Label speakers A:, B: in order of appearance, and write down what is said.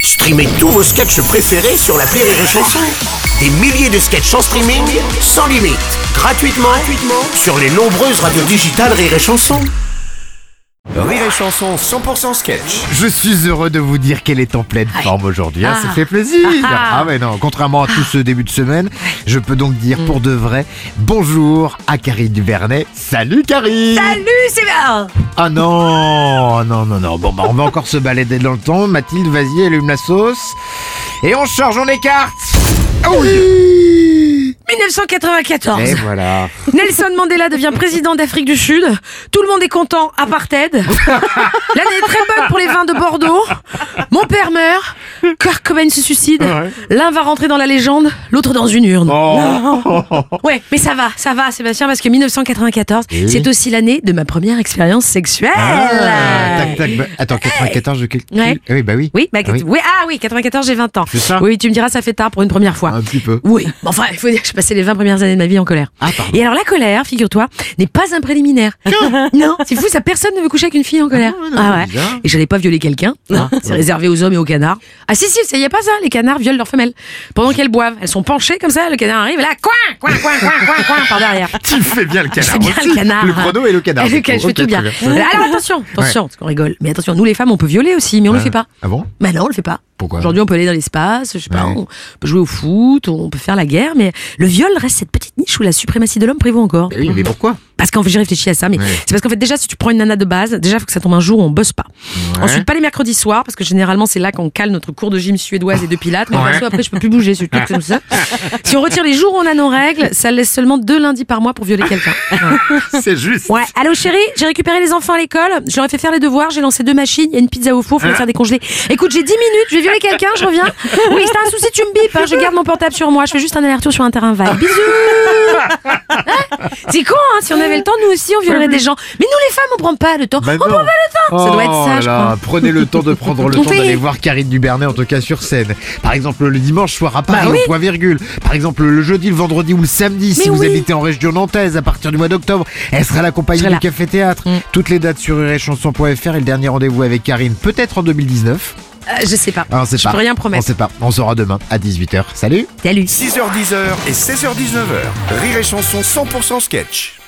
A: Streamez tous vos sketchs préférés sur la Rire et Chanson. Des milliers de sketchs en streaming, sans limite, gratuitement, gratuitement sur les nombreuses radios digitales Rire et Chanson. Rire et Chanson 100% sketch.
B: Je suis heureux de vous dire qu'elle est en pleine forme aujourd'hui. hein, ça
C: Ah.
B: fait plaisir.
C: Ah.
B: Ah, mais non, contrairement à tout ce début de semaine, je peux donc dire
C: Mm.
B: pour de vrai bonjour à Karine Duvernet. Salut Karine
C: Salut Sébastien
B: Ah non, non, non, non. Bon, bah, on va encore se balader dans le temps. Mathilde, vas-y, allume la sauce. Et on charge, on écarte Oh oui
C: 1994.
B: Et voilà.
C: Nelson Mandela devient président d'Afrique du Sud. Tout le monde est content, apartheid. L'année est très bonne pour les vins de Bordeaux. Mon père meurt. Kurt Cobain se suicide.
B: Ouais.
C: L'un va rentrer dans la légende, l'autre dans une urne.
B: Oh.
C: Ouais, mais ça va, ça va Sébastien, parce que 1994,
B: Et
C: c'est aussi l'année de ma première expérience sexuelle.
B: Ah, tac, tac. bah, attends, 94, je calcule.
C: Ouais.
B: Ah Oui, bah oui.
C: Oui, bah,
B: Ah oui.
C: oui, ah oui, 94, j'ai 20 ans.
B: C'est ça Ah,
C: Oui, tu me diras, ça fait tard pour une première fois.
B: Un petit peu.
C: Oui, mais enfin, il faut dire que j'ai passé les 20 premières années de ma vie en colère.
B: Ah, pardon.
C: Et alors la colère, figure-toi, n'est pas un préliminaire. non, c'est fou, ça personne ne veut coucher avec une fille en colère.
B: Ah ouais, non, bizarre. Ah,
C: Et j'allais pas violer quelqu'un. c'est réservé aux hommes et aux canards. Ah si si, ça y a pas ça, les canards violent leurs femelles pendant qu'elles boivent. Elles sont penchées comme ça, le canard arrive et là, coin, coin, coin, coin, coin, coin par derrière.
B: Tu fais bien le
C: Je
B: canard.
C: fais bien
B: aussi.
C: le canard.
B: Le chrono et le canard.
C: Je, fais- je fais
B: Ok,
C: tout bien.
B: très
C: Alors attention, attention, parce qu'on rigole. Mais attention, nous les femmes, on peut violer aussi, mais on le
B: Ah.
C: fait pas.
B: Ah bon
C: Bah non, on le fait pas.
B: Pourquoi
C: Aujourd'hui, on peut aller dans l'espace, je sais pas,
B: Ouais.
C: on peut jouer au foot, on peut faire la guerre, mais le viol reste cette petite niche où la suprématie de l'homme prévaut encore.
B: Eh Oui, mais pourquoi
C: Parce qu'en fait, j'ai réfléchi à ça, mais
B: Ouais.
C: c'est parce qu'en fait, déjà, si tu prends une nana de base, déjà, faut que ça tombe un jour où on bosse pas.
B: Ouais.
C: Ensuite, pas les mercredis soirs, parce que généralement, c'est là qu'on cale notre cours de gym suédoise et de pilates, mais
B: Ouais.
C: perso, après, je peux plus bouger, c'est tout comme ça. Si on retire les jours où on a nos règles, ça laisse seulement deux lundis par mois pour violer quelqu'un. Ouais.
B: C'est juste.
C: Ouais, allô chérie, j'ai récupéré les enfants à l'école, je leur ai fait faire les devoirs, j'ai lancé deux machines, il y a une pizza au
B: Ah.
C: four, faut les faire décongeler. Écoute, j'ai 10 minutes, je vais violer quelqu'un, je reviens. Oui, c'est un souci, tu me bipes, hein, je garde mon portable sur moi, je fais juste un aller-retour sur un terrain vague. Bisous Hein C'est con, hein, si on avait le temps, nous aussi, on violerait des gens. Mais nous les femmes, on prend pas le temps.
B: Bah
C: on
B: non.
C: prend pas le temps Ça doit être
B: Oh
C: ça,
B: là
C: je
B: là,
C: crois.
B: Prenez le temps de prendre le
C: Oui.
B: temps d'aller voir Karine Dubernet, en tout cas sur scène. Par exemple, le dimanche soir à Paris,
C: Bah oui.
B: au point virgule. Par exemple, le jeudi, le vendredi ou le samedi, si
C: Mais
B: vous
C: oui.
B: habitez en région nantaise, à partir du mois d'octobre, elle sera à la compagnie
C: Je
B: du
C: serai là. Mm.
B: Café Théâtre. Toutes les dates sur iréchanson.fr et le dernier rendez-vous avec Karine, peut-être en 2019.
C: Euh, je sais pas.
B: Ah, on sait
C: je
B: pas.
C: peux rien
B: On
C: promettre.
B: sait pas. On saura demain à 18h. Salut!
C: Salut
A: 6h10h et 16h19h. Rire et Chanson 100% sketch.